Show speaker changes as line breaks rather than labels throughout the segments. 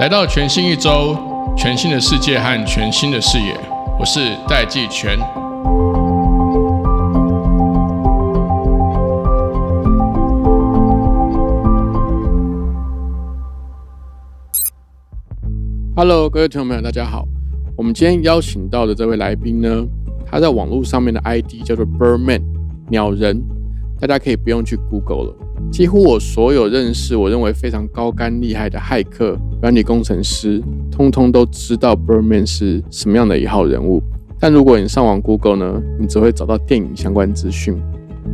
来到全新一周，全新的世界和全新的视野，我是戴季全。Hello，各位听众朋友，大家好。我们今天邀请到的这位来宾呢，他在网络上面的 ID 叫做 Birdman 鸟人，大家可以不用去 Google 了。几乎我所有认识我认为非常高干厉害的骇客、软体工程师，通通都知道 Birdman 是什么样的一号人物。但如果你上网 Google 呢，你只会找到电影相关资讯。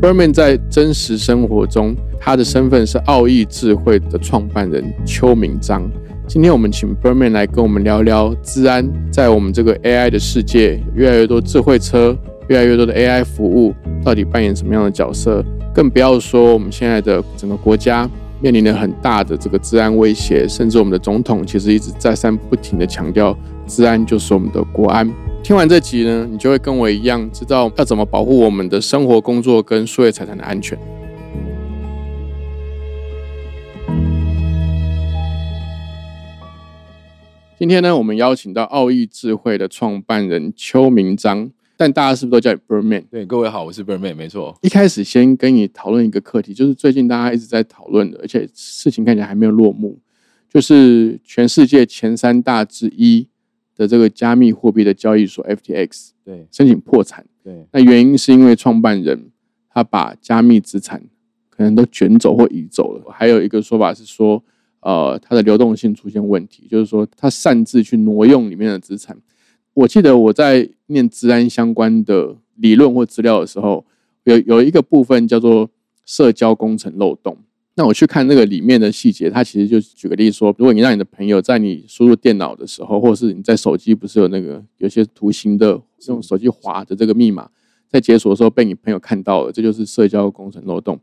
Birdman 在真实生活中，他的身份是奥义智慧的创办人邱明章。今天我们请 Birdman 来跟我们聊聊治安，在我们这个 AI 的世界，越来越多智慧车，越来越多的 AI 服务，到底扮演什么样的角色？更不要说我们现在的整个国家面临了很大的这个治安威胁，甚至我们的总统其实一直再三不停的强调，治安就是我们的国安。听完这集呢，你就会跟我一样，知道要怎么保护我们的生活、工作跟数位财产的安全。今天呢，我们邀请到奥义智慧的创办人邱明章，但大家是不是都叫你 Birdman？
对，各位好，我是 Birdman，没错。
一开始先跟你讨论一个课题，就是最近大家一直在讨论的，而且事情看起来还没有落幕，就是全世界前三大之一的这个加密货币的交易所 FTX
对
申请破产。
对
那原因是因为创办人他把加密资产可能都卷走或移走了，还有一个说法是说，呃，它的流动性出现问题，就是说他擅自去挪用里面的资产。我记得我在念治安相关的理论或资料的时候，有有一个部分叫做社交工程漏洞。那我去看那个里面的细节，它其实就是举个例说，如果你让你的朋友在你输入电脑的时候，或者是你在手机不是有那个有些图形的用手机滑的这个密码，在解锁的时候被你朋友看到了，这就是社交工程漏洞。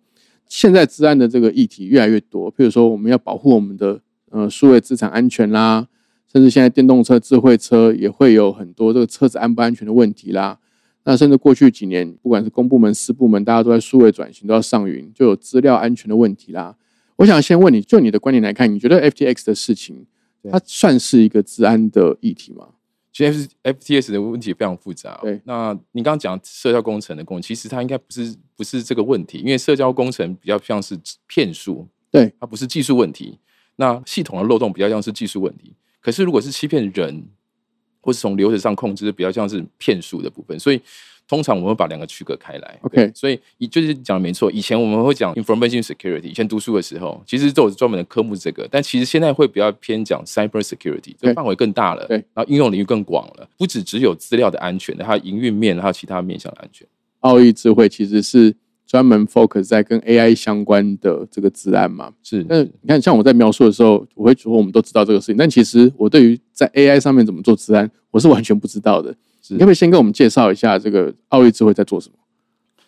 现在治安的这个议题越来越多，譬如说我们要保护我们的呃数位资产安全啦，甚至现在电动车、智慧车也会有很多这个车子安不安全的问题啦。那甚至过去几年，不管是公部门、私部门，大家都在数位转型，都要上云，就有资料安全的问题啦。我想先问你，就你的观点来看，你觉得 FTX 的事情，
对
它算是一个治安的议题吗？
其实 F FTS 的问题非常复杂、哦。
对
那你刚刚讲社交工程的功，其实它应该不是不是这个问题，因为社交工程比较像是骗术，
对，
它不是技术问题。那系统的漏洞比较像是技术问题，可是如果是欺骗人，或是从流程上控制，比较像是骗术的部分。所以通常我们会把两个区隔开来。
OK
对所以以就是讲得没错，以前我们会讲 information security，以前读书的时候，其实都有专门的科目是这个，但其实现在会比较偏讲 cyber security，这
对
个范围更大了，
对
然后应用领域更广了，不只只有资料的安全，还有营运面，还有其他面向的安全。
奥义智慧其实是专门 focus 在跟 AI 相关的这个治安嘛。
是，
那你看，像我在描述的时候，我会说我们都知道这个事情，但其实我对于在 AI 上面怎么做治安，我是完全不知道的。
是
你可不可以先跟我们介绍一下这个奥义智慧在做什么？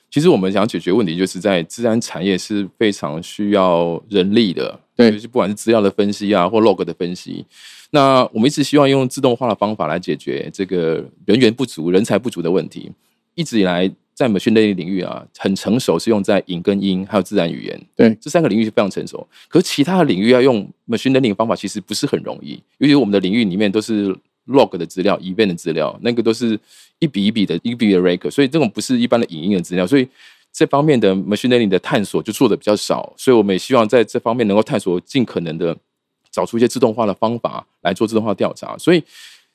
其实我们想要解决问题，就是在自然产业是非常需要人力的，
对
就是不管是资料的分析啊，或 log 的分析。那我们一直希望用自动化的方法来解决这个人员不足、人才不足的问题。一直以来，在 machine learning 领域啊，很成熟，是用在影跟音还有自然语言，
对
这三个领域是非常成熟。可是其他的领域要用 machine learning 的方法，其实不是很容易，尤其我们的领域里面都是 log 的资料、event 的资料，那个都是一笔一笔的、一笔一笔的 record，所以这种不是一般的影音的资料，所以。这方面的 machine learning 的探索就做的比较少，所以我们也希望在这方面能够探索尽可能的找出一些自动化的方法来做自动化调查。所以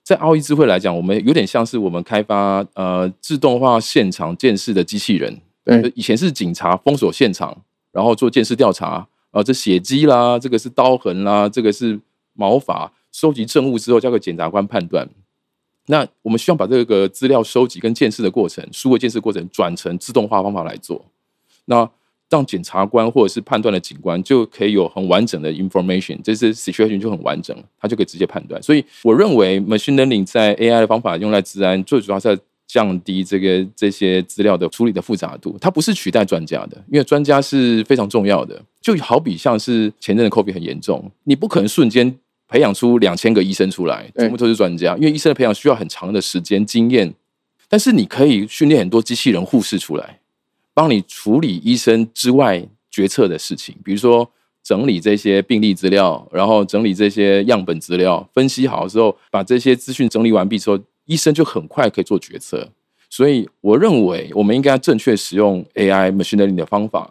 在奥义智慧来讲，我们有点像是我们开发呃自动化现场监视的机器人。呃
对，
以前是警察封锁现场，然后做监视调查，啊，这血迹啦，这个是刀痕啦，这个是毛发，收集证物之后交给检察官判断。那我们希望把这个资料收集跟鉴识的过程，数位鉴识过程转成自动化方法来做，那让检察官或者是判断的警官就可以有很完整的 information，这是 situation 就很完整，他就可以直接判断。所以我认为 machine learning 在 AI 的方法用来治安，最主要是在降低这个这些资料的处理的复杂度，它不是取代专家的，因为专家是非常重要的。就好比像是前阵的 COVID 很严重，你不可能瞬间培养出两千个医生出来，
对
全部都是专家，因为医生的培养需要很长的时间经验，但是你可以训练很多机器人护士出来。帮你处理医生之外决策的事情，比如说整理这些病例资料，然后整理这些样本资料，分析好之后，把这些资讯整理完毕之后，医生就很快可以做决策。所以，我认为我们应该正确使用 AI machine learning 的方法。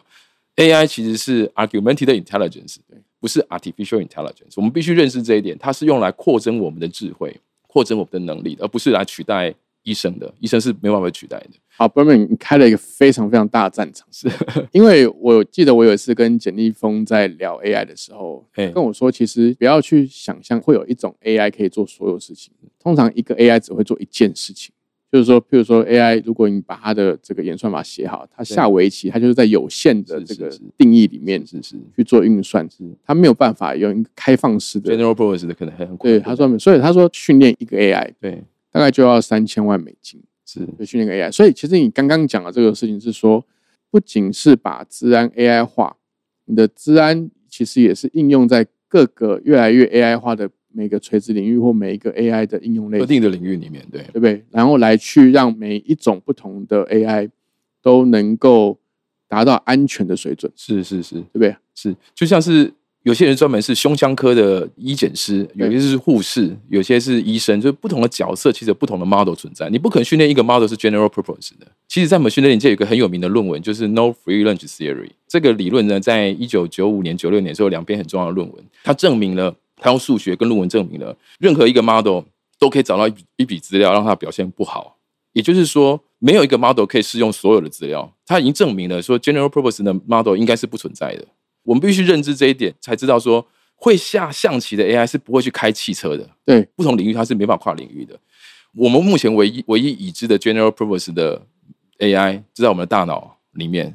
AI 其实是 argumented intelligence，不是 artificial intelligence。我们必须认识这一点，它是用来扩增我们的智慧、扩增我们的能力的，而不是来取代医生的。医生是没有办法取代的。
好 b e r m a n 你开了一个非常非常大的战场，是 因为我记得我有一次跟简立峰在聊 AI 的时候，
哎
跟我说，其实不要去想象会有一种 AI 可以做所有事情，通常一个 AI 只会做一件事情。就是说，譬如说 AI，如果你把它的这个演算法写好，它下围棋，它就是在有限的
是
这
是
个
是
定义里面
是是
去做运算，它没有办法用一个开放式的。
，general purpose 的可能很很
对，他说，所以他说训练一个 AI
对
大概就要三千万美金。
是
就训练个 AI。所以其实你刚刚讲的这个事情是说，不仅是把治安 AI 化，你的治安其实也是应用在各个越来越 AI 化的每个垂直领域或每一个 AI 的应用类
特
型，
定的领域里面，对
对不对？然后来去让每一种不同的 AI 都能够达到安全的水准，
是是是
对不对？
是，就像是有些人专门是胸腔科的医检师，有些是护士，有些是医生，就是不同的角色其实有不同的 model 存在。你不可能训练一个 model 是 general purpose 的。其实，在 machine learning 界有一个很有名的论文，就是 No Free Lunch Theory 这个理论呢，在一九九五年、九六年的时候，两篇很重要的论文，它证明了，它用数学跟论文证明了，任何一个 model 都可以找到一笔一笔资料让它表现不好。也就是说，没有一个 model 可以适用所有的资料。它已经证明了说，general purpose 的 model 应该是不存在的。我们必须认知这一点，才知道说，会下象棋的 AI 是不会去开汽车的。
对，
不同领域它是没办法跨领域的。我们目前唯一唯一已知的 general purpose 的 AI，就在我们的大脑里面，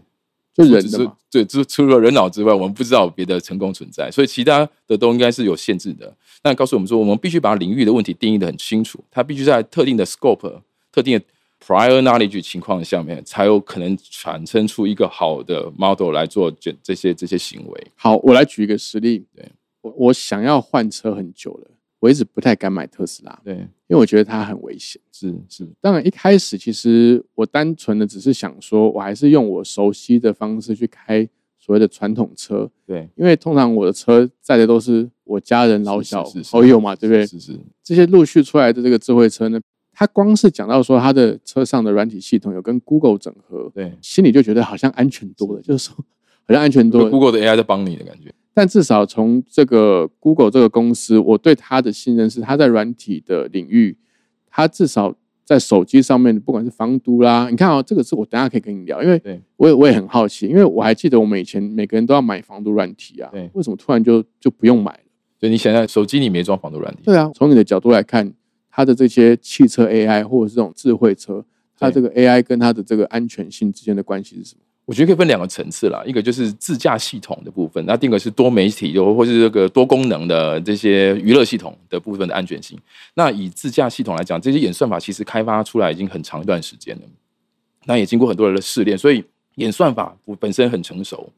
就人
只
的
是
嘛，
对，除除了人脑之外，我们不知道有别的成功存在，所以其他的都应该是有限制的。那告诉我们说，我们必须把领域的问题定义的很清楚，它必须在特定的 scope、特定的 prior knowledge 情况下面，才有可能产生出一个好的 model 来做这这些这些行为。
好，我来举一个实例。
对，
我我想要换车很久了，我一直不太敢买特斯拉，
对，
因为我觉得它很危险。
是是，
当然一开始其实我单纯的只是想说，我还是用我熟悉的方式去开所谓的传统车，
对，
因为通常我的车载的都是我家人、老小
是是是
好友嘛，对不对？
是是
这些陆续出来的这个智慧车呢，它光是讲到说它的车上的软体系统有跟 Google 整合，
对。
心里就觉得好像安全多了，就是说好像安全多
有
了。
Google 的 AI 在帮你的感觉，
但至少从这个 Google 这个公司，我对它的信任是，它在软体的领域，它至少在手机上面，不管是防毒啦，你看哦，这个是我等一下可以跟你聊，因为
对
我也我也很好奇，因为我还记得我们以前每个人都要买防毒软体啊
对，
为什么突然就就不用买了？
所以你想想，手机里没装防毒软体，
对啊，从你的角度来看，它的这些汽车 AI 或者是这种智慧车，它这
对
个 AI 跟它的这个安全性之间的关系是什么？
我觉得可以分两个层次啦，一个就是自驾系统的部分，那第二个是多媒体又或是这个多功能的这些娱乐系统的部分的安全性。那以自驾系统来讲，这些演算法其实开发出来已经很长一段时间了，那也经过很多人的试炼，所以演算法本身很成熟。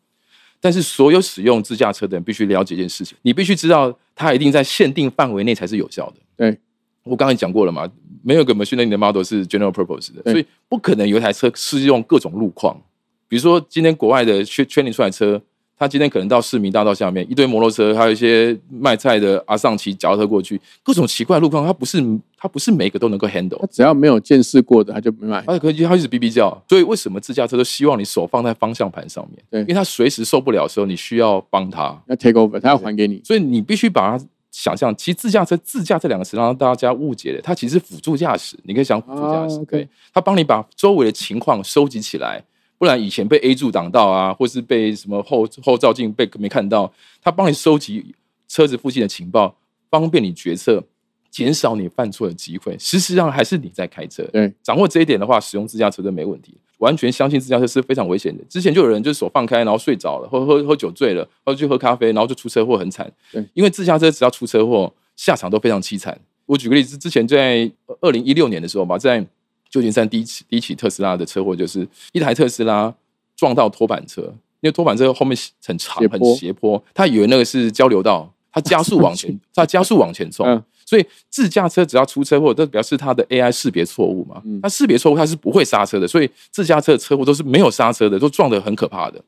但是所有使用自驾车的人必须了解一件事情，你必须知道它一定在限定范围内才是有效的。
对，
我刚才讲过了嘛，没有一个 machine learning 的 model 是 general purpose 的，
对
所以不可能有一台车适用各种路况。比如说今天国外的圈圈里出来车，它今天可能到市民大道下面一堆摩托车，还有一些卖菜的阿上骑脚踏车过去，各种奇怪的路况，它不是它不是每一个都能够 handle
它。只要没有见识过的，它就没买。
而且可能它一直哔哔叫，所以为什么自驾车都希望你手放在方向盘上面？
对
因为它随时受不了的时候，你需要帮它。
要 take over，它要还给你。
所以你必须把它想象，其实自驾车“自驾”这两个词让大家误解了，它其实是辅助驾驶，你可以想辅助驾驶，
啊，OK
对，它帮你把周围的情况收集起来，不然以前被 A 柱挡到啊，或是被什么后后照镜被没看到，它帮你收集车子附近的情报，方便你决策，减少你犯错的机会。事实上还是你在开车，
对，
掌握这一点的话，使用自驾车就没问题。完全相信自驾车是非常危险的。之前就有人就手放开，然后睡着了，或喝喝酒醉了，或者去喝咖啡，然后就出车祸，很惨。
对，
因为自驾车只要出车祸，下场都非常凄惨。我举个例子，之前在二零一六年的时候吧，在旧金山第一起第一起特斯拉的车祸，就是一台特斯拉撞到拖板车，因为拖板车后面很长
斜坡
很斜坡，他以为那个是交流道，他加速往前，他加速往前冲
嗯，
所以自驾车只要出车祸，这表示它的 AI 识别错误嘛
嗯。
它识别错误，它是不会刹车的，所以自驾车的车祸都是没有刹车的，都撞得很可怕的。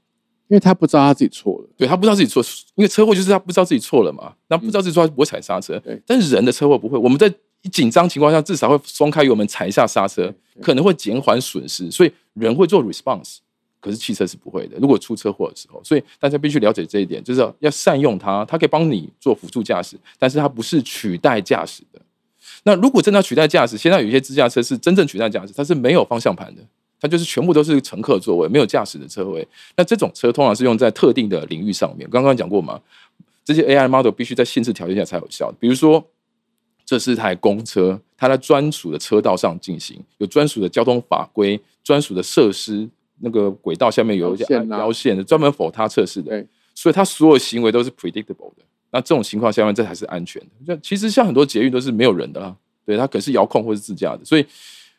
因为他不知道他自己错了。
对他不知道自己错，因为车祸就是他不知道自己错了嘛，那不知道自己错他不会踩刹车。
对
但是人的车祸不会，我们在紧张情况下至少会松开油门踩一下刹车，可能会减缓损失，所以人会做 response，可是汽车是不会的。如果出车祸的时候，所以大家必须了解这一点，就是要善用它，它可以帮你做辅助驾驶，但是它不是取代驾驶的。那如果真的要取代驾驶，现在有一些自驾车是真正取代驾驶，它是没有方向盘的，它就是全部都是乘客座位，没有驾驶的车位。那这种车通常是用在特定的领域上面。刚刚讲过嘛，这些 AI model 必须在限制条件下才有效。比如说，这是台公车，它在专属的车道上进行，有专属的交通法规、专属的设施，那个轨道下面有一些
标线啊
标线的，专门否它测试的
对。
所以它所有行为都是 predictable 的。那这种情况下面，这才是安全的。就其实像很多捷运都是没有人的啦，对，它可能是遥控或是自驾的。所以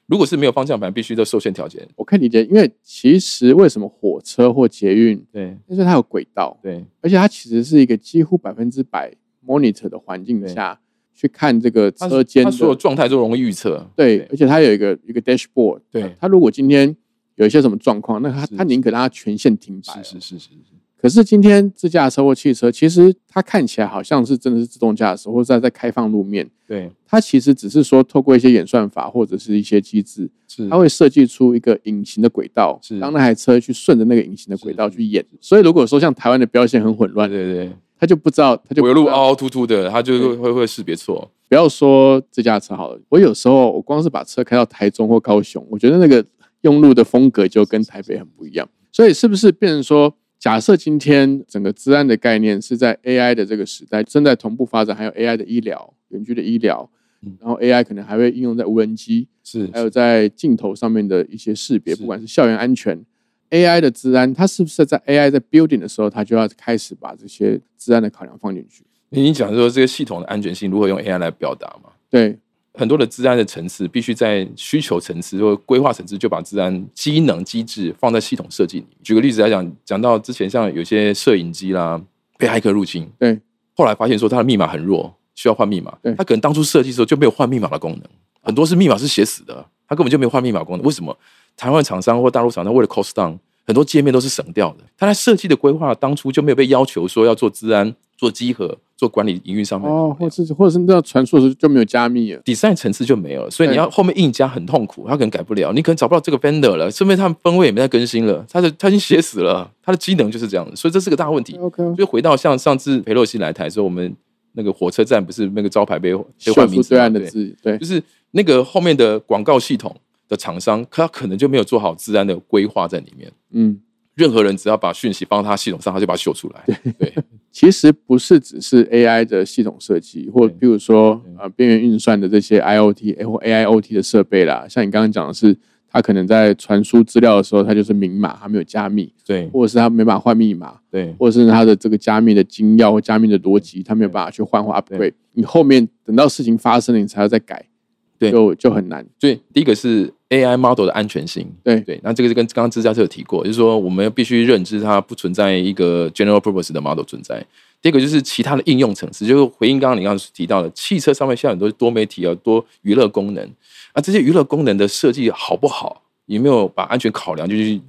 如果是没有方向盘，必须都受限条件。
我可以理解，因为其实为什么火车或捷运，
对
就是它有轨道，
对
而且它其实是一个几乎百分之百 monitor 的环境下去看这个
它
车间
它所有
的。
状态都容易预测。
对
对，
而且它有一个一个 dashboard，
对
它它如果今天有一些什么状况，那它
是
它宁可让它全线停摆哦。
是是是是是，
可是今天自驾车或汽车，其实它看起来好像是真的是自动驾驶，或者在在开放路面，
对，
它其实只是说透过一些演算法或者是一些机制，
是
它会设计出一个隐形的轨道
是，
让那台车去顺着那个隐形的轨道去演。所以如果说像台湾的标线很混
对
乱，
对对，
它就不知道，它就
我
不
有
知
路
道
凹凹凸凸的，它就
对
会会会识别错。
不要说自驾车好了，我有时候我光是把车开到台中或高雄，我觉得那个用路的风格就跟台北很不一样。所以是不是变成说，假设今天整个治安的概念是在 AI 的这个时代正在同步发展，还有 AI 的医疗、远距的医疗
嗯，
然后 AI 可能还会应用在无人机，
是
还有在镜头上面的一些识别，
是
不管是校园安全。AI 的治安，它是不是在 AI 在 building 的时候，它就要开始把这些治安的考量放进去？
你你讲说这个系统的安全性如何用 AI 来表达嘛？
对，
很多的治安的层次必须在需求层次或规划层次就把治安机能机制放在系统设计里。举个例子来讲，讲到之前像有些摄影机啦被骇客入侵，
对，
后来发现说它的密码很弱，需要换密码
对。
它可能当初设计的时候就没有换密码的功能，很多是密码是写死的，它根本就没有换密码功能。为什么台湾厂商或大陆厂商为了 cost down，很多界面都是省掉的？它在设计的规划当初就没有被要求说要做治安、做集合、做管理营运上面的考
哦或
量，
是或者是那传输的时候就没有加密了。
design 层次就没有了，所以
对
你要后面硬加很痛苦，他可能改不了，你可能找不到这个 vendor 了，顺便他们分位也没在更新了，他的他已经写死了，他的机能就是这样的，所以这是个大问题。
OK，
所以回到像上次佩洛西来台的时候，我们那个火车站不是那个招牌被被
秀
换名
出
字
对
嘛
岸的
对
字，对
就是那个后面的广告系统的厂商，可他可能就没有做好治安的规划在里面。
嗯，
任何人只要把讯息放到他系统上，他就把它秀出来。对，
其实不是只是 AI 的系统设计，或
对
比如说
对
呃边缘运算的这些 IOT 哎或 AIOT 的设备啦，像你刚刚讲的是，它可能在传输资料的时候，它就是明码，它没有加密，
对，
或者是它没办法换密码，
对，
或者是它的这个加密的精要或加密的逻
嗯
辑，它没有办法去换或 upgrade，你后面等到事情发生了，你才要再改，
对
就就很难，
所以第一个是 AI model 的安全性，
对
对，那这个是跟刚刚支架是有提过，就是说我们必须认知它不存在一个 general purpose 的 model 存在。第二个就是其他的应用层次，就是回应刚刚你刚刚提到的，汽车上面现在很多多媒体啊、多娱乐功能，啊，这些娱乐功能的设计好不好，有没有把安全考量就是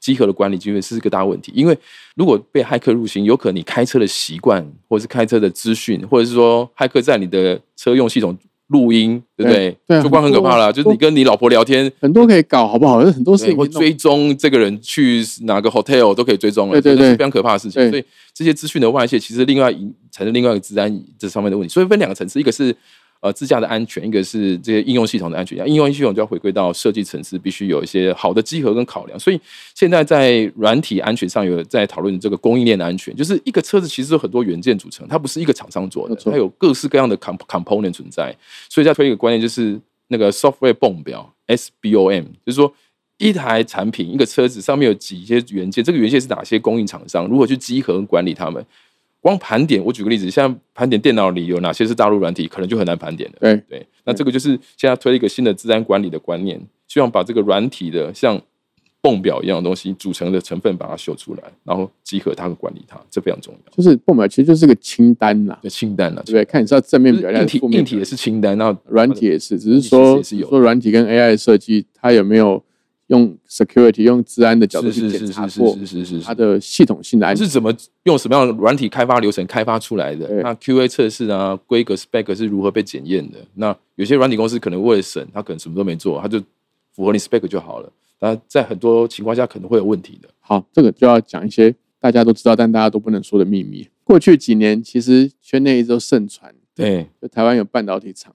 集合的管理，因为是个大问题。因为如果被骇客入侵，有可能你开车的习惯，或者是开车的资讯，或者是说骇客在你的车用系统录音，对不对？
对啊
就光很可怕了。
很多啊
就是你跟你老婆聊天，
很多可以搞，好不好？有很多事
对，
情
或
可以弄
追踪这个人去哪个 hotel 都可以追踪了，
对对
这是
对
非常可怕的事情。
对
所以这些资讯的外泄，其实另外一产生另外一个治安这上面的问题。所以分两个层次，一个是呃自驾的安全，一个是这些应用系统的安全。呃应用系统就要回归到设计层次，必须有一些好的集合跟考量。所以现在在软体安全上有在讨论这个供应链的安全，就是一个车子其实有很多元件组成，它不是一个厂商做的
没，错
它有各式各样的 comp component 存在。所以再推一个观念，就是那个 software 泵表 SBOM，就是说一台产品、一个车子上面有几些元件，这个元件是哪些供应厂商，如何去集合跟管理它们。光盘点，我举个例子，现在盘点电脑里有哪些是大陆软体，可能就很难盘点了。
对
对，那这个就是现在推一个新的治安管理的观念，希望把这个软体的像泵表一样的东西组成的成分，把它秀出来，然后集合它和管理它，这非常重要。
就是报表其实就是个清单啦，
这清单了、
对不对？看你是要正面
就
表
是
达
硬
还
体
是负面
硬
表达
体也是清单，那
软体也是，只是
软体
说
其实也是有的
说软体跟 AI 的设计，它有没有用 security 用治安的角度
是
去
是
检
是
查
是
过
是是是
它
是。
的系统性的安全？
是怎么用什么样的软体开发流程开发出来的
对？
那 QA 测试啊，规格 spec 是如何被检验的？那有些软体公司可能为了省，它可能什么都没做，它就符合你 spec 就好了。那在很多情况下可能会有问题的。
好，这个就要讲一些大家都知道但大家都不能说的秘密。过去几年，其实圈内一直都盛传，
对，
就台湾有半导体厂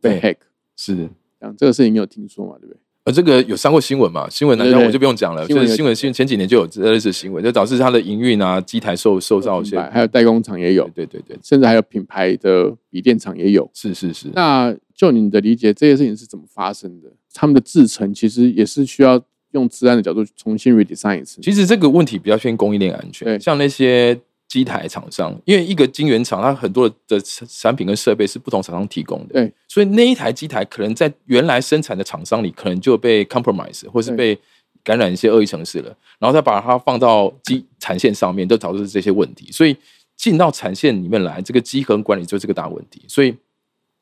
被
对
hack，
是。
这样这个事情你有听说吗？对不对？
呃，这个有上过新闻嘛？新闻难
对
道
对
我就不用讲了，
新
就
闻
是
有
新闻新前几年就有这类似的新闻，就导致它的营运啊、机台受受到一些
品。牌还有代工厂也有，
对对对，对
甚至还有品牌的笔电厂也有。
是是是。
那就你的理解，这些事情是怎么发生的？他们的制成其实也是需要用治安的角度去重新 redesign 一次。
其实这个问题比较偏供应链安全
对，
像那些机台厂商，因为一个晶圆厂，它很多的产产品跟设备是不同厂商提供的，
对，
所以那一台机台可能在原来生产的厂商里，可能就被 compromise 或是被感染一些恶意程式了，然后再把它放到机产线上面，就导致这些问题。所以进到产线里面来，这个机核管理就是个大问题。所以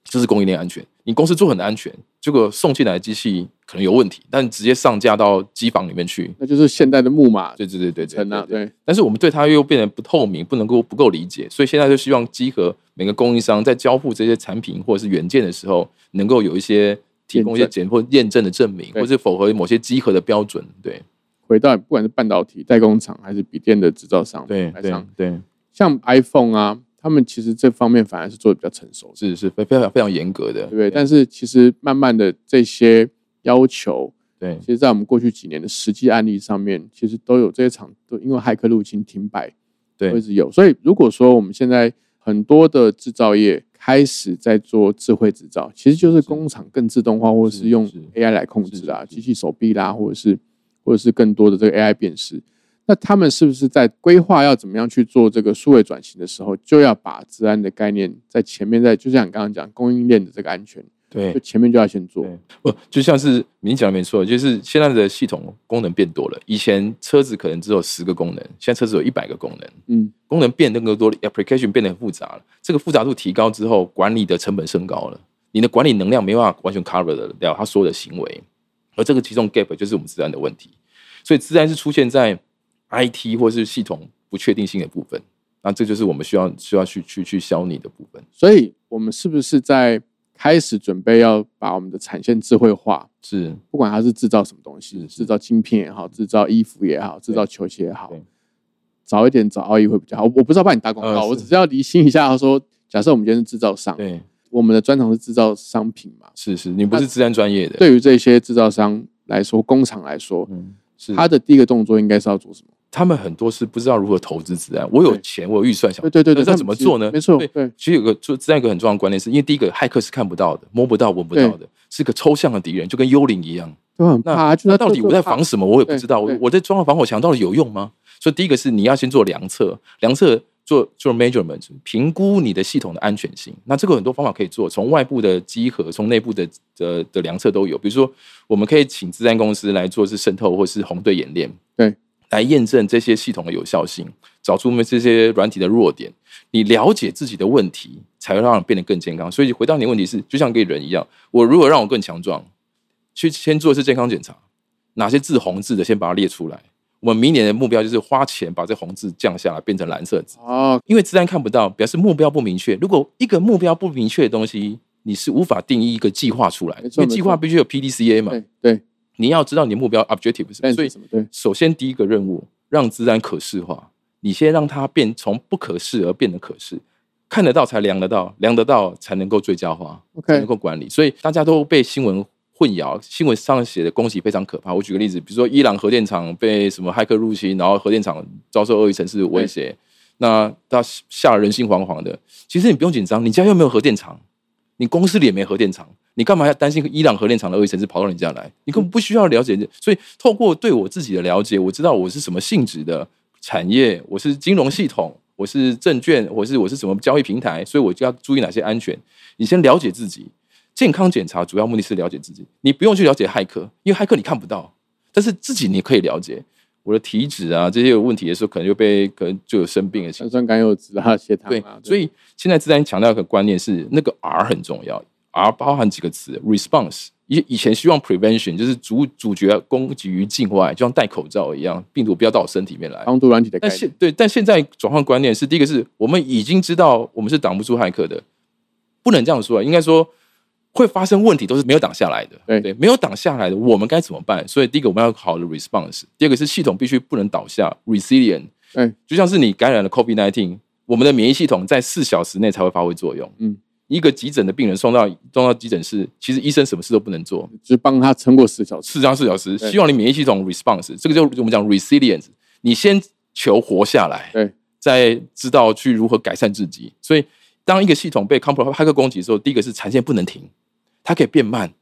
这是供应链安全，你公司做很安全，结果送进来的机器可能有问题，但直接上架到机房里面去。
那就是现代的木马
对对对对对
城啊，
对
对，
但是我们对它又变得不透明，不能够不够理解，所以现在就希望集合每个供应商在交付这些产品或者是元件的时候，能够有一些提供一些
验
检或验证的证明，
对
或是符合某些集合的标准。对
回到不管是半导体代工厂还是笔电的制造商，
对
来
对
上
对，
像 iPhone 啊，他们其实这方面反而是做的比较成熟的，
是是非非常非常严格的，
对不对？但是其实慢慢的这些要求，
对
其实在我们过去几年的实际案例上面，其实都有这些厂都因为骇客入侵停摆，
对
一直有。所以如果说我们现在很多的制造业开始在做智慧制造，其实就是工厂更自动化，或者
是
是用
是
AI 来控制啦，
是是是
机器手臂啦，或者是或者是更多的这个 AI 辨识。那他们是不是在规划要怎么样去做这个数位转型的时候，就要把治安的概念在前面在，就像你刚刚讲供应链的这个安全，
对
就前面就要先做。
对不，就像是您讲的没错，就是现在的系统功能变多了。以前车子可能只有十个功能，现在车子有一百个功能，
嗯，
功能变得更多，application 变得很复杂了。这个复杂度提高之后，管理的成本升高了，你的管理能量没办法完全 cover 得了他所有的行为，而这个其中 gap 就是我们治安的问题。所以治安是出现在 IT 或是系统不确定性的部分，那这就是我们需要需要去去去消弭的部分。
所以我们是不是在开始准备要把我们的产线智慧化？
是
不管它是制造什么东西，
是是
制造晶片也好，制造衣服也好，制造球鞋也好
对，
早一点找奥运会比较好。我我不知道帮你打广告，
呃是
我只是要厘清一下说，假设我们今天是制造商，
对，
我们的专长是制造商品嘛？
是是，你不是治安专业的，，
对于这些制造商来说，工厂来说，
嗯，是
他的第一个动作应该是要做什么？
他们很多是不知道如何投资治安。我有
对
钱，我有预算想
对对对对，他
那
们
要怎么
其实
做呢？
没错，
对
对
其实有个做这样一个很重要的观念是，因为第一个骇客是看不到的、摸不到、闻不到的，是个抽象的敌人，就跟幽灵一样。
都很怕，就是
那
他
到底我在防
就
什么？我也不知道。
对
我
对
我在装了防火墙，到底有用吗？所以第一个是你要先做量测，量测做做 measurement，评估你的系统的安全性。那这个很多方法可以做，从外部的集合，从内部的的的量测都有。比如说，我们可以请治安公司来做是渗透或是红队演练，
对，
来验证这些系统的有效性，找出我们这些软体的弱点。你了解自己的问题，才会让你变得更健康。所以回到你的问题是，就像跟人一样，我如何让我更强壮？去先做一次健康检查，哪些字红字的先把它列出来。我们明年的目标就是花钱把这红字降下来，变成蓝色字。
哦，
因为自然看不到，表示目标不明确。如果一个目标不明确的东西，你是无法定义一个计划出来，
没
因
错
为计划
没错
必须有 PDCA 嘛。
对对，
你要知道你的目标 objective 是什么，
但
所以
是什么对
首先第一个任务，让自然可视化。你先让它变从不可视而变得可视，看得到才量得到，量得到才能够最佳化。才能
，OK，
够管理。所以大家都被新闻混淆，新闻上写的攻击非常可怕。我举个例子，比如说伊朗核电厂被什么骇客入侵，然后核电厂遭受恶意城市威胁，那他吓得人心惶惶的。其实你不用紧张，你家又没有核电厂，你公司里也没核电厂。你干嘛要担心伊朗核电厂的恶意城市跑到你家来？你根本不需要了解。所以透过对我自己的了解，我知道我是什么性质的产业，我是金融系统，我是证券，我是我是什么交易平台，所以我就要注意哪些安全。你先了解自己，健康检查主要目的是了解自己，你不用去了解骇客，因为骇客你看不到，但是自己你可以了解我的体脂啊这些有问题的时候，可能就被可能就有生病的情
三酸甘油脂啊、血糖
对
啊，，
所以现在自然强调一个观念是，那个 R 很重要，R 包含几个词：response。以以前希望 prevention 就是阻阻绝攻击于境外，就像戴口罩一样，病毒不要到我身体里面来。
防毒软体的概
但
念
现对，但现在转换观念是，第一个是我们已经知道我们是挡不住骇客的，不能这样说啊，应该说会发生问题都是没有挡下来的，
对
没有挡下来的，我们该怎么办？所以第一个我们要有好的 response，第二个是系统必须不能倒下，resilient，
对，
就像是你感染了 COVID 1 9我们的免疫系统在四小时内才会发挥作用，
嗯。
一个急诊的病人送到送到急诊室，其实医生什么事都不能做，
只帮他撑过四小时。
四张四小时，
对
希望你免疫系统 response，这个就我们讲 resilience，你先求活下来，
对，
再知道去如何改善自己。所以，当一个系统被 compromise 黑客攻击的时候，第一个是产线不能停，它可以变慢，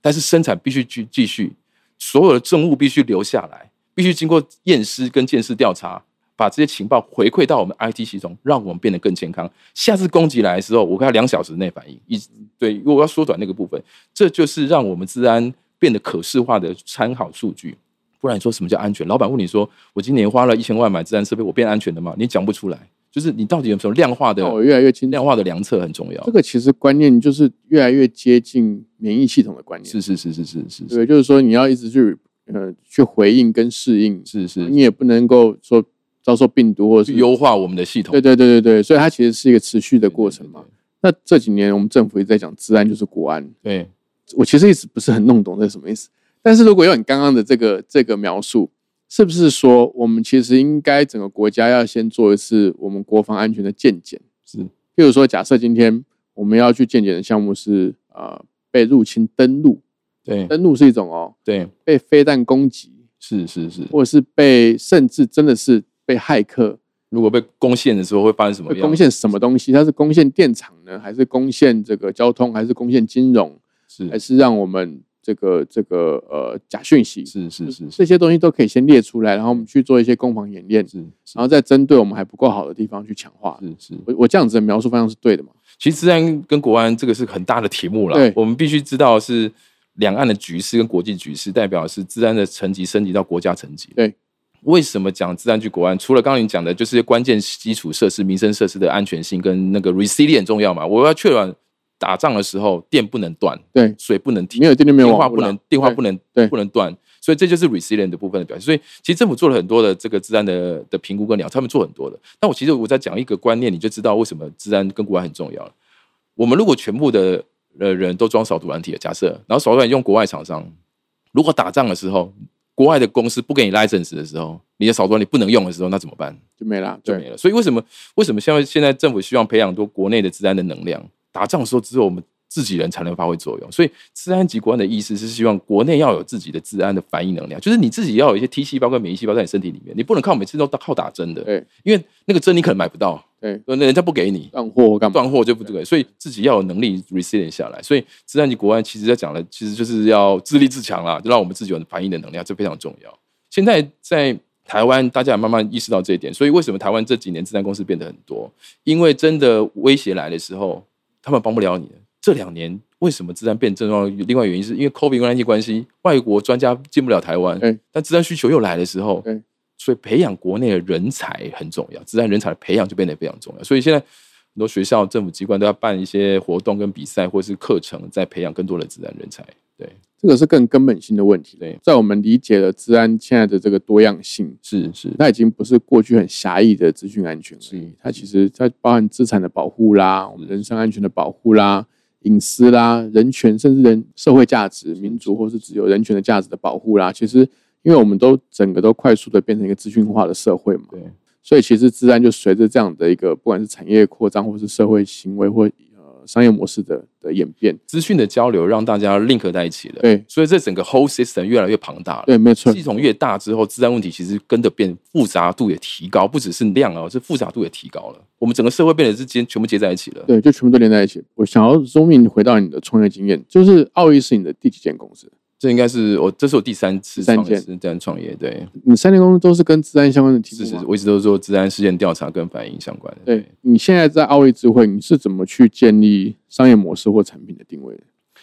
但是生产必须继继续，所有的政务必须留下来，必须经过验尸跟鉴识调查。把这些情报回馈到我们 IT 系统，让我们变得更健康。下次攻击来的时候，我看两小时内反应，以对，因为我要缩短那个部分。这就是让我们治安变得可视化的参考数据。不然你说什么叫安全？老板问你说：“我今年花了一千万买治安设备，我变安全了吗？”你讲不出来，就是你到底有什么量化的
那我越来越清楚，
量化的量测很重要
哦这。个其实观念就是越来越接近免疫系统的观念。
是是是是是是是
对，就是说你要一直去呃去回应跟适应，
是是，
你也不能够说遭受病毒或者
去
是
优化我们的系统
对对对对对，所以它其实是一个持续的过程嘛。。那这几年我们政府一直在讲治安就是国安，
对，对
我其实一直不是很弄懂这是什么意思。但是如果有你刚刚的这个这个描述，是不是说我们其实应该整个国家要先做一次我们国防安全的健检？
是
譬如说，假设今天我们要去健检的项目是呃被入侵登陆，
对
登陆是一种哦
对
被飞弹攻击，
是是是。
或者是被甚至真的是被骇客
如果被攻陷的时候会发生什么
会
样？
攻陷什么东西？它是攻陷电厂呢，还是攻陷这个交通，还是攻陷金融，
是
还是让我们这个这个呃假讯息？
是是是是
这些东西都可以先列出来，然后我们去做一些攻防演练，
是
然后再针对我们还不够好的地方去强化。
是是。
我我这样子的描述方向是对的嘛？
其实治安跟国安这个是很大的题目
对
了，我们必须知道是两岸的局势跟国际局势，代表是治安的层级升级到国家层级。
对，
为什么讲治安去国安？除了刚刚你讲的，就是关键基础设施、民生设施的安全性跟那个 resilient 重要嘛？我要确保打仗的时候电不能断，
对，
水不能停，
没有电就没有
电
网
话
络
不
啦
能电话
对
不能
对
不能断，所以这就是 resilient 的部分的表现。所以其实政府做了很多的这个治安的的评估跟了，他们做很多的。但我其实我在讲一个观念，你就知道为什么治安跟国安很重要了。我们如果全部的呃人都装扫毒软体的假设，然后扫毒软体用国外厂商，如果打仗的时候，国外的公司不给你 license 的时候，你的扫毒软体不能用的时候，那怎么办？
就没啦。
就
对，
没了。所以为什么为什么现在现在政府希望培养多国内的治安的能量？打仗的时候只有我们自己人才能发挥作用。所以治安及国安的意思是希望国内要有自己的治安的反应能量，就是你自己要有一些 T 细胞跟免疫细胞在你身体里面，你不能靠每次都靠打针的，
对，
因为那个针你可能买不到，
对，
那人家不给你。
断货或干嘛？
断货就不对，所以自己要有能力 resilient 下来。所以治安及国安其实在讲的，其实就是要自立自强啦，就让我们自己有反应的能量，这非常重要。现在在台湾，大家也慢慢意识到这一点，所以为什么台湾这几年自然公司变得很多？因为真的威胁来的时候，他们帮不了你的。这两年为什么治安变正重要？另外原因是因为 COVID 关系关系，外国专家进不了台湾
对，
但治安需求又来的时候
对，
所以培养国内的人才很重要，治安人才的培养就变得非常重要。所以现在很多学校、政府机关都要办一些活动跟比赛或是课程，在培养更多的治安人才。对，
这个是更根本性的问题。
对，
在我们理解了治安现在的这个多样性，
是是
它已经不是过去很狭义的资讯安全了，
是，
它其实它包含资产的保护啦，我们人身安全的保护啦。隐私啦、人权，甚至人社会价值、民主或是只有人权的价值的保护啦，其实因为我们都整个都快速的变成一个资讯化的社会嘛，
对
所以其实自然就随着这样的一个，不管是产业扩张，或是社会行为或呃商业模式的的演变，
资讯的交流，让大家 link 在一起了。
对
所以这整个 whole system 越来越庞大了。
对，没错
系，统越大之后，治安问题其实跟着变复杂度也提高，不只是量哦，是复杂度也提高了。我们整个社会变得是接全部接在一起了。
对，就全部都连在一起。我想要 zoom in 回到你的创业经验，就是奥义是你的第几间公司？
这应该是我这是我第三次
三
创业
件
是这样创业，对，
你三间公司都是跟治安相关的题目
是是
吗，
我一直都做治安事件调查跟反应相关的。
对，你现在在奥义智慧，你是怎么去建立商业模式或产品的定位的？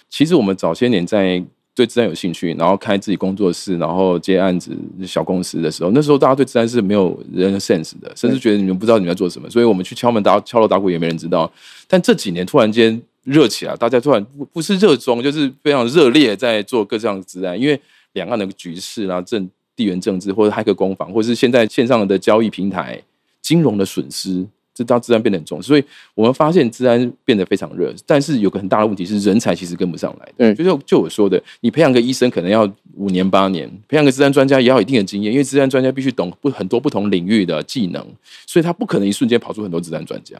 其实我们早些年在对治安有兴趣，然后开自己工作室，然后接案子、小公司的时候，那时候大家对治安是没有人 sense 的，甚至觉得你们不知道你们在做什么，所以我们去敲门打敲锣打鼓也没人知道。但这几年突然间热起来，大家突然不不是热衷，就是非常热烈在做各项治安，因为两岸的局势啊、政地缘政治，或者骇客攻防，或者是现在线上的交易平台、金融的损失，这到治安变得很重，所以我们发现治安变得非常热，但是有个很大的问题是人才其实跟不上来的。
对
就像就我说的，你培养个医生可能要五年八年，培养个治安专家也要有一定的经验，因为治安专家必须懂不很多不同领域的技能，所以他不可能一瞬间跑出很多治安专家。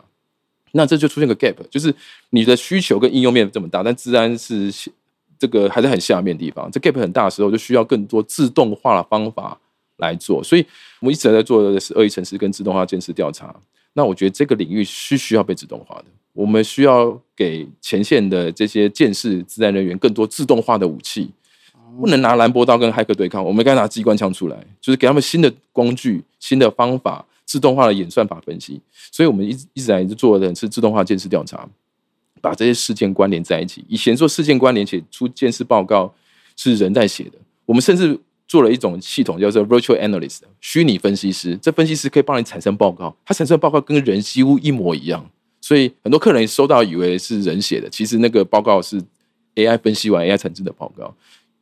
那这就出现个 gap，就是你的需求跟应用面这么大，但治安是这个还在很下面的地方，这 gap 很大的时候，就需要更多自动化的方法来做。所以我们一直在做的是恶意城市跟自动化监视调查。那我觉得这个领域是需要被自动化的，我们需要给前线的这些监视自然人员更多自动化的武器，不能拿兰博刀跟骇客对抗，我们该拿机关枪出来，就是给他们新的工具、新的方法、自动化的演算法分析。所以我们一直一直来做的是自动化监视调查，把这些事件关联在一起。以前做事件关联且出监视报告是人在写的，我们甚至做了一种系统叫做 virtual analyst 虚拟分析师，这分析师可以帮你产生报告，它产生的报告跟人几乎一模一样，所以很多客人收到以为是人写的，其实那个报告是 AI 分析完 AI 产生的报告。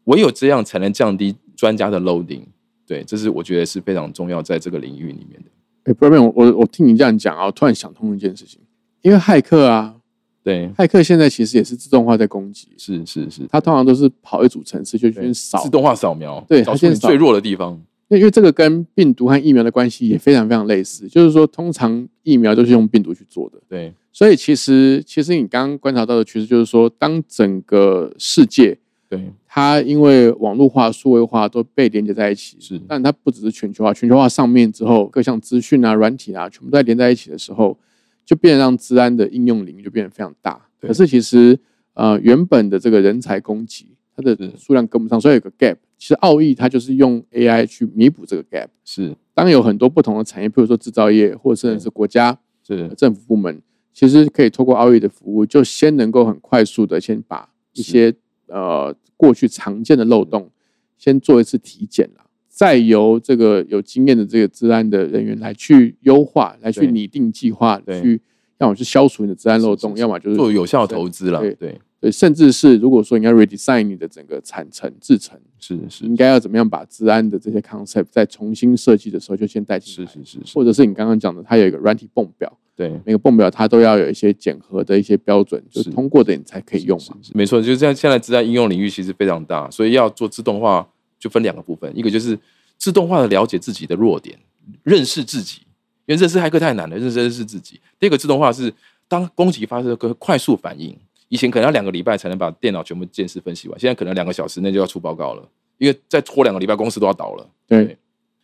唯有这样才能降低专家的 loading，对，这是我觉得是非常重要在这个领域里面的。
哎、b r a n 我我我听你这样讲啊，我突然想通一件事情，因为骇客啊，
对，
骇客现在其实也是自动化在攻击，
是是是，
他通常都是跑一组城市就
对
去扫
自，动化扫描，
对它
找出
先
你
扫
最弱的地方。
因为因为这个跟病毒和疫苗的关系也非常非常类似，就是说通常疫苗都是用病毒去做的，
对
所以其实其实你刚刚观察到的趋势就是说，当整个世界
对
它因为网络化、数位化都被连接在一起，
是
但它不只是全球化，全球化上面之后，各项资讯啊、软体啊，全部都在连在一起的时候，就变得让治安的应用领域就变得非常大。
对
可是其实呃，原本的这个人才供给，它的
是
数量跟不上，所以有个 gap。其实奥义它就是用 AI 去弥补这个 gap。
是
当有很多不同的产业，比如说制造业，或者甚至是国家
是
政府部门，其实可以透过奥义的服务，就先能够很快速的先把一些呃过去常见的漏洞，先做一次体检啦，再由这个有经验的这个治安的人员来去优化，来去
对
拟定计划，
对
去要么是消除你的治安漏
是
洞，
是
要么就是
做有效投资啦。
对
对，
对，甚至是如果说你要 redesign 你的整个产程制程，
是是
应该要怎么样把治安的这些 concept 在重新设计的时候就先带进
是
来，
是是是，
或者是你刚刚讲的，它有一个软体泵表。
对。
每个泵表它都要有一些检核的一些标准，就是是通过的你才可以用嘛。
没错，就是这样。现在自然应用领域其实非常大，所以要做自动化，就分两个部分，一个就是自动化的了解自己的弱点，认识自己，因为认识骇客太难了，认识认识自己。第二个自动化是当攻击发生，可以快速反应。以前可能要两个礼拜才能把电脑全部见识分析完，现在可能两个小时内就要出报告了，因为再拖两个礼拜，公司都要倒了。
对，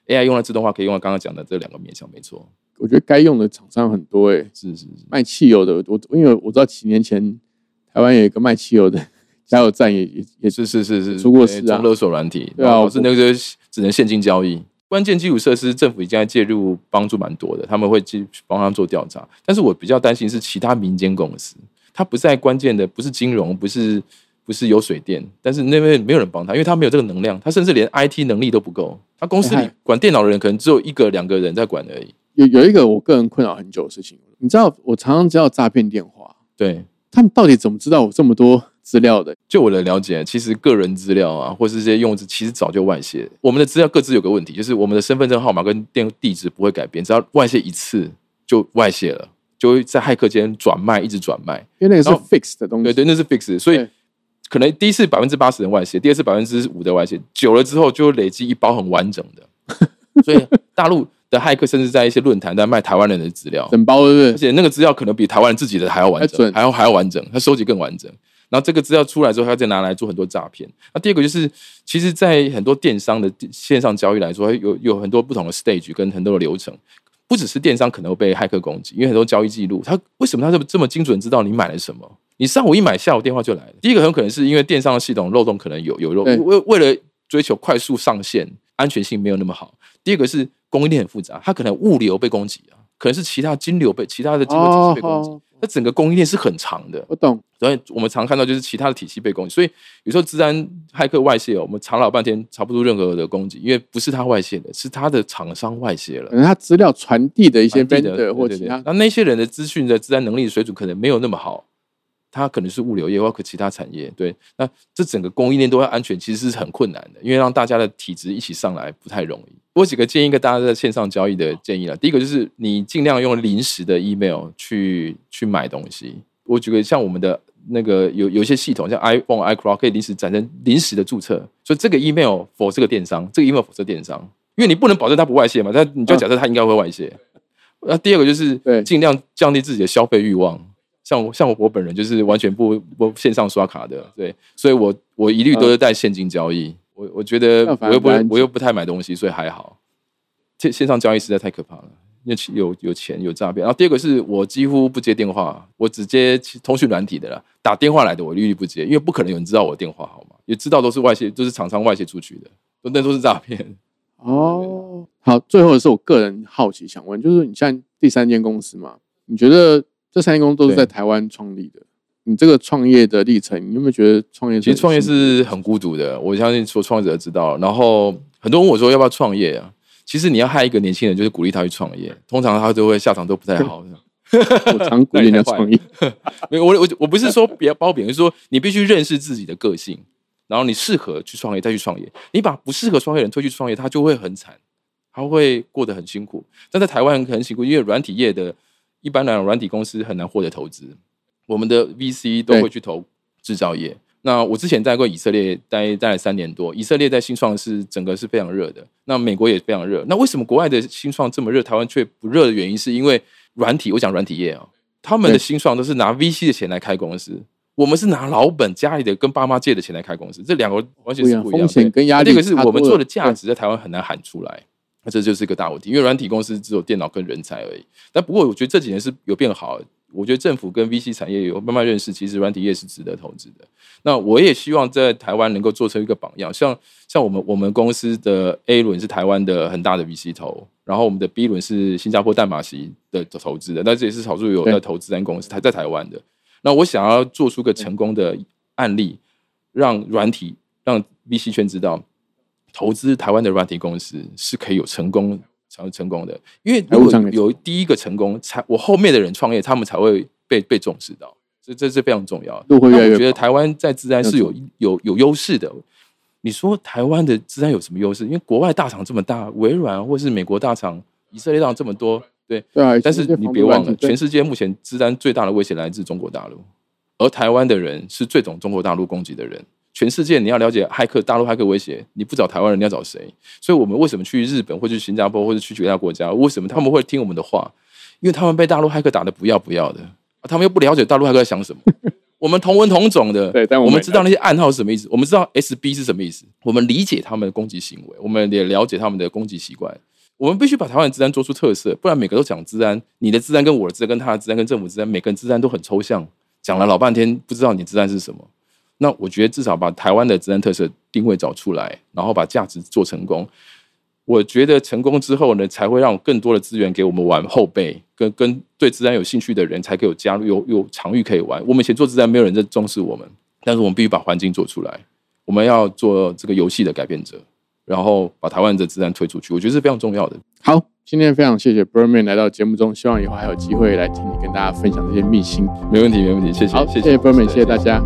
AI 用来自动化可以用到刚刚讲的这两个面向，没错，
我觉得该用的厂商很多诶、
是是是，
卖汽油的，我因为我知道几年前台湾有一个卖汽油 的加油站也也也
是是是是，
出过事啊
对中勒索软体，
对啊
然后
我
是那个只能现金交易。关键基础设施，政府已经在介入，帮助蛮多的，他们会去帮他们做调查。但是我比较担心是其他民间公司，它不在关键的，不是金融，不是不是有水电，但是那边没有人帮他，因为他没有这个能量，他甚至连 IT 能力都不够。他公司
哎
里
嗨
管电脑的人可能只有一个两个人在管而已。
有有一个我个人困扰很久的事情，你知道我常常接到诈骗电话，
对，
他们到底怎么知道我这么多资料的？
就我的了解，其实个人资料啊，或是这些用字，其实早就外泄。我们的资料各自有个问题，就是我们的身份证号码跟电地址不会改变，只要外泄一次就外泄了，就会在骇客间转卖，一直转卖。
因为那个是
然后
fixed 的东西，
对对，那是 fix。所以
对
可能第一次百分之八十人外泄，第二次百分之五的外泄，久了之后就累积一包很完整的。所以大陆的骇客甚至在一些论坛在卖台湾人的资料，
整包对
而
不对？
且那个资料可能比台湾人自己的还要完
还
整，
准
还要还要完整，他收集更完整。然后这个资料出来之后，他再拿来做很多诈骗。那第二个就是，其实，在很多电商的线上交易来说，有有很多不同的 stage 跟很多的流程，不只是电商可能会被骇客攻击，因为很多交易记录，他为什么他这么这么精准知道你买了什么？你上午一买，下午电话就来了。第一个很可能是因为电商的系统漏洞可能有有漏，
对
为为了追求快速上线，安全性没有那么好。第二个是供应链很复杂，它可能物流被攻击啊，可能是其他金流被其他的金流体系被攻击，
哦，
那整个供应链是很长的。
我懂，
所以我们常看到就是其他的体系被攻击，所以有时候治安骇客外泄哦，我们查老半天查不出任何的攻击，因为不是他外泄的，是他的厂商外泄了
可。能他资料传递的一些
传递的
vendor 或
对对
其
对
他
那那些人的资讯的治安能力水准可能没有那么好，他可能是物流业或可其他产业。对，那这整个供应链都要安全，其实是很困难的，因为让大家的体质一起上来不太容易。我有几个建议，跟大家在线上交易的建议了。第一个就是你尽量用临时的 email 去去买东西。我举个像我们的那个有有一些系统，像 iPhone、iCloud 可以临时产生临时的注册，所以这个 email for 这个电商，这个 email for 这个电商，因为你不能保证它不外泄嘛，但你就假设它应该会外泄。那、第二个就是
嗯对
尽量降低自己的消费欲望。像我像我本人就是完全不不线上刷卡的，对，所以我我一律都是带现金交易。我我觉得
那反而
我又不
比较安全
我又不太买东西，所以还好。线线上交易实在太可怕了，因为有有钱有诈骗。然后第二个是我几乎不接电话，我只接通讯软体的啦，打电话来的我一律不接，因为不可能有人知道我的电话号码，也知道都是外泄，都、是厂商外泄出去的，那都是诈骗。
哦。好，最后的是我个人好奇想问，就是你像第三间公司嘛，你觉得这三间公司都是
对
在台湾创立的？你这个创业的历程，你有没有觉得创业者
其实 创业
很辛苦
是很孤独的，我相信说创业者知道。然后很多人问我说要不要创业啊？其实你要害一个年轻人，就是鼓励他去创业。通常他都会下场都不太好。
我常鼓励人家创 业，
没有，我我我不是说别褒贬，就是说你必须认识自己的个性，然后你适合去创业再去创业。你把不适合创业的人推去创业，他就会很惨，他会过得很辛苦。但在台湾很辛苦，因为软体业的一般来讲，软体公司很难获得投资，我们的 VC 都会去投制造业。那我之前待过以色列，待待了三年多。以色列在新创是整个是非常热的，那美国也非常热。那为什么国外的新创这么热，台湾却不热的原因，是因为软体，我讲软体业啊、他们的
对
新创都是拿 VC 的钱来开公司，我们是拿老本家里的跟爸妈借的钱来开公司，这两个完
不
全
一
是
样，
不一样
风
的。
险跟压力差
这个
多
是
了。
我们做的价值在台湾很难喊出来，那这就是一个大问题。因为软体公司只有电脑跟人才而已。但不过我觉得这几年是有变好，我觉得政府跟 VC 产业有慢慢认识，其实软体业是值得投资的。那我也希望在台湾能够做成一个榜样，像像我们我们公司的 A 轮是台湾的很大的 VC 投，然后我们的 B 轮是新加坡淡马锡的投资的，那这也是少数有
对
在投资在公司，台在台湾的。那我想要做出个成功的案例，让软体让 VC 圈知道，投资台湾的软体公司是可以有成功。成成功的，因为如
财务
果
上面
有第一个成功，才我后面的人创业，他们才会被被重视到，这这是非常重要的。
路会越来
那
越
我觉得
广
台湾在治安是有有有优势的。你说台湾的治安有什么优势？因为国外大厂这么大，微软或是美国大厂、以色列大厂这么多，对。
对啊，
但是你别忘了，全
是
世界目前治安最大的威胁来自中国大陆，而台湾的人是最懂中国大陆攻击的人。全世界你要了解骇客大陆骇客威胁，你不找台湾人，你要找谁？所以我们为什么去日本或去新加坡或者去其他国家？为什么他们会听我们的话？因为他们被大陆骇客打得不要不要的，啊他们又不了解大陆骇客在想什么。我们同文同种 的，
对但我
我
们
们知道那些暗号是什么意思，我们知道 SB 是什么意思，我们理解他们的攻击行为，我们也了解他们的攻击习惯。我们必须把台湾的治安做出特色，不然每个都讲治安，你的治安跟我的治安跟他的治安跟政府治安，每个人治安都很抽象，讲了老半天不知道你的治安是什么。那我觉得至少把台湾的治安特色定位找出来，然后把价值做成功。我觉得成功之后呢，才会让更多的资源给我们玩后辈，跟跟对治安有兴趣的人才可以有加入，有有场域可以玩。我们以前做治安，没有人在重视我们，但是我们必须把环境做出来，我们要做这个游戏的改变者，然后把台湾的治安推出去，我觉得是非常重要的。
好。今天非常谢谢 Birdman 来到节目中，希望以后还有机会来听你跟大家分享这些秘辛。
没问题，没问题，谢谢，
好，谢
谢
谢 Birdman，谢谢大。家。